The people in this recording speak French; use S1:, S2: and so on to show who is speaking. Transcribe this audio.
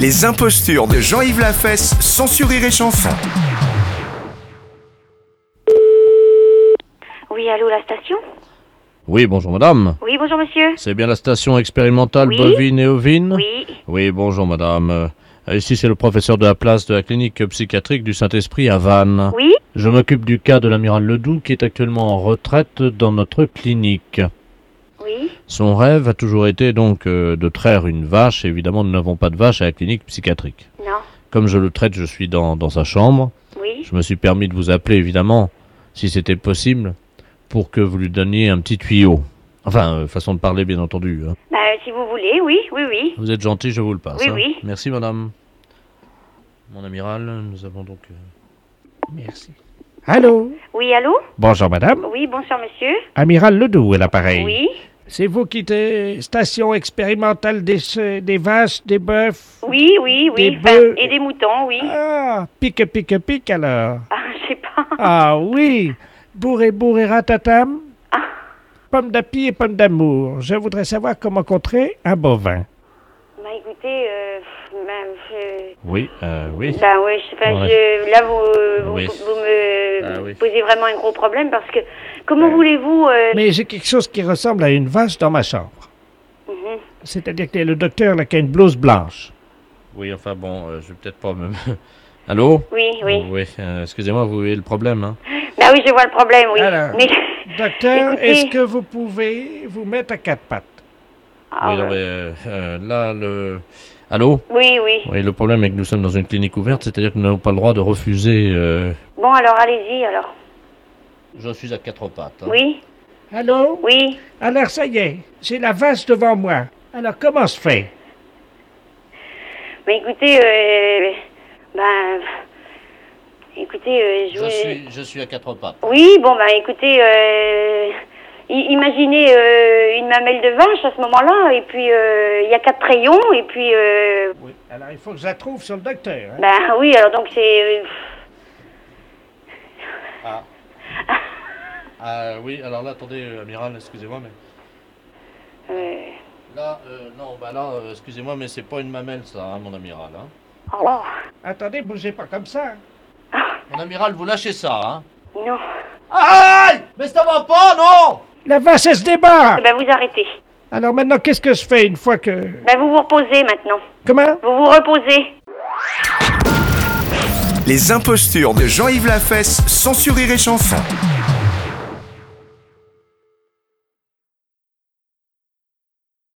S1: Les impostures de Jean-Yves Lafesse, sans sourire et chanson.
S2: Oui, allô, la station
S3: Oui, bonjour madame.
S2: Oui, bonjour, monsieur.
S3: C'est bien la station expérimentale
S2: Oui.
S3: bovine et ovine
S2: Oui.
S3: Oui, bonjour madame. Euh, Ici c'est le professeur de la place de la clinique psychiatrique du Saint-Esprit à Vannes.
S2: Oui
S3: Je m'occupe du cas de l'amiral Ledoux qui est actuellement en retraite dans notre clinique.
S2: Oui.
S3: Son rêve a toujours été donc euh, de traire une vache. Évidemment, nous n'avons pas de vache à la clinique psychiatrique.
S2: Non.
S3: Comme je le traite, je suis dans, dans sa chambre.
S2: Oui.
S3: Je me suis permis de vous appeler, évidemment, si c'était possible, pour que vous lui donniez un petit tuyau. Enfin, euh, façon de parler, bien entendu. hein.
S2: Bah, si vous voulez, oui, oui, oui.
S3: Vous êtes gentil, je vous le passe.
S2: Oui,
S3: hein.
S2: oui.
S3: Merci, madame. Mon amiral, nous avons donc... euh, Merci.
S4: Allô
S2: Oui, allô
S4: Bonjour madame,
S2: Oui, bonsoir, monsieur.
S4: Amiral Ledoux est l'appareil.
S2: Oui.
S4: C'est vous qui êtes station expérimentale des, se- des vaches, des bœufs
S2: Oui, oui, oui.
S4: Des
S2: Enfin,
S4: bœufs.
S2: et des moutons, oui.
S4: Ah, pique, pique, pique alors.
S2: Ah, je sais pas.
S4: Ah oui, bourré, bourré, ratatam.
S2: Ah.
S4: Pomme d'api et pomme d'amour. Je voudrais savoir comment contrer un bovin.
S2: Bah, écoutez, euh, pff, bah, je-
S3: Oui, euh, oui.
S2: bah, ouais, je sais pas,
S3: Ouais.
S2: je- là, vous, vous,
S3: Oui.
S2: vous me
S3: Ah, oui.
S2: posez vraiment un gros problème parce que, comment voulez-vous... euh,
S4: Mais j'ai quelque chose qui ressemble à une vache dans ma chambre.
S2: mhm.
S4: C'est-à-dire que le docteur là, qui a une blouse blanche.
S3: Oui, enfin bon, euh, je vais peut-être pas même... Allô
S2: Oui, oui.
S3: euh, excusez-moi, vous voyez le problème, hein
S2: Bah oui, je vois le problème,
S3: Ah,
S2: oui.
S4: Alors.
S2: Mais...
S4: Docteur,
S2: Écoutez.
S4: est-ce que vous pouvez vous mettre à quatre pattes
S2: Ah,
S3: Oui, non, mais, euh, euh, là, le... Allô
S2: oui, oui.
S3: Oui, le problème est que nous sommes dans une clinique ouverte, c'est-à-dire que nous n'avons pas le droit de refuser... euh,
S2: Bon, alors, allez-y, alors.
S3: Je suis à quatre pattes. hein.
S2: Oui,
S4: Allô
S2: oui.
S4: Alors ça y est, j'ai la vache devant moi. Alors comment se fait
S2: Mais écoutez, euh, ben, écoutez, euh, je, vous-
S3: je suis à quatre pattes.
S2: Oui, bon, ben, écoutez, euh, i- imaginez euh, une mamelle de vache à ce moment-là, et puis euh, il y a quatre crayons, et puis, euh,
S4: Oui. Alors il faut que je la trouve sur le docteur. hein.
S2: ben oui, alors donc c'est... euh,
S3: Ah oui, alors là, attendez, euh, amiral, excusez-moi, mais...
S2: euh,
S3: Là, euh, non, bah là, euh, excusez-moi, mais c'est pas une mamelle, ça, hein, mon amiral. hein.
S2: oh,
S4: Attendez, bougez pas comme ça.
S3: Mon amiral, vous lâchez ça, hein
S2: non.
S3: Aïe Mais ça va pas, non
S4: La vache, elle se débarre
S2: Eh Ben vous arrêtez.
S4: Alors maintenant, qu'est-ce que je fais une fois que...
S2: Ben vous vous reposez maintenant.
S4: Comment
S2: Vous vous reposez.
S1: Les impostures de Jean-Yves Lafesse, sans sourire et chanson.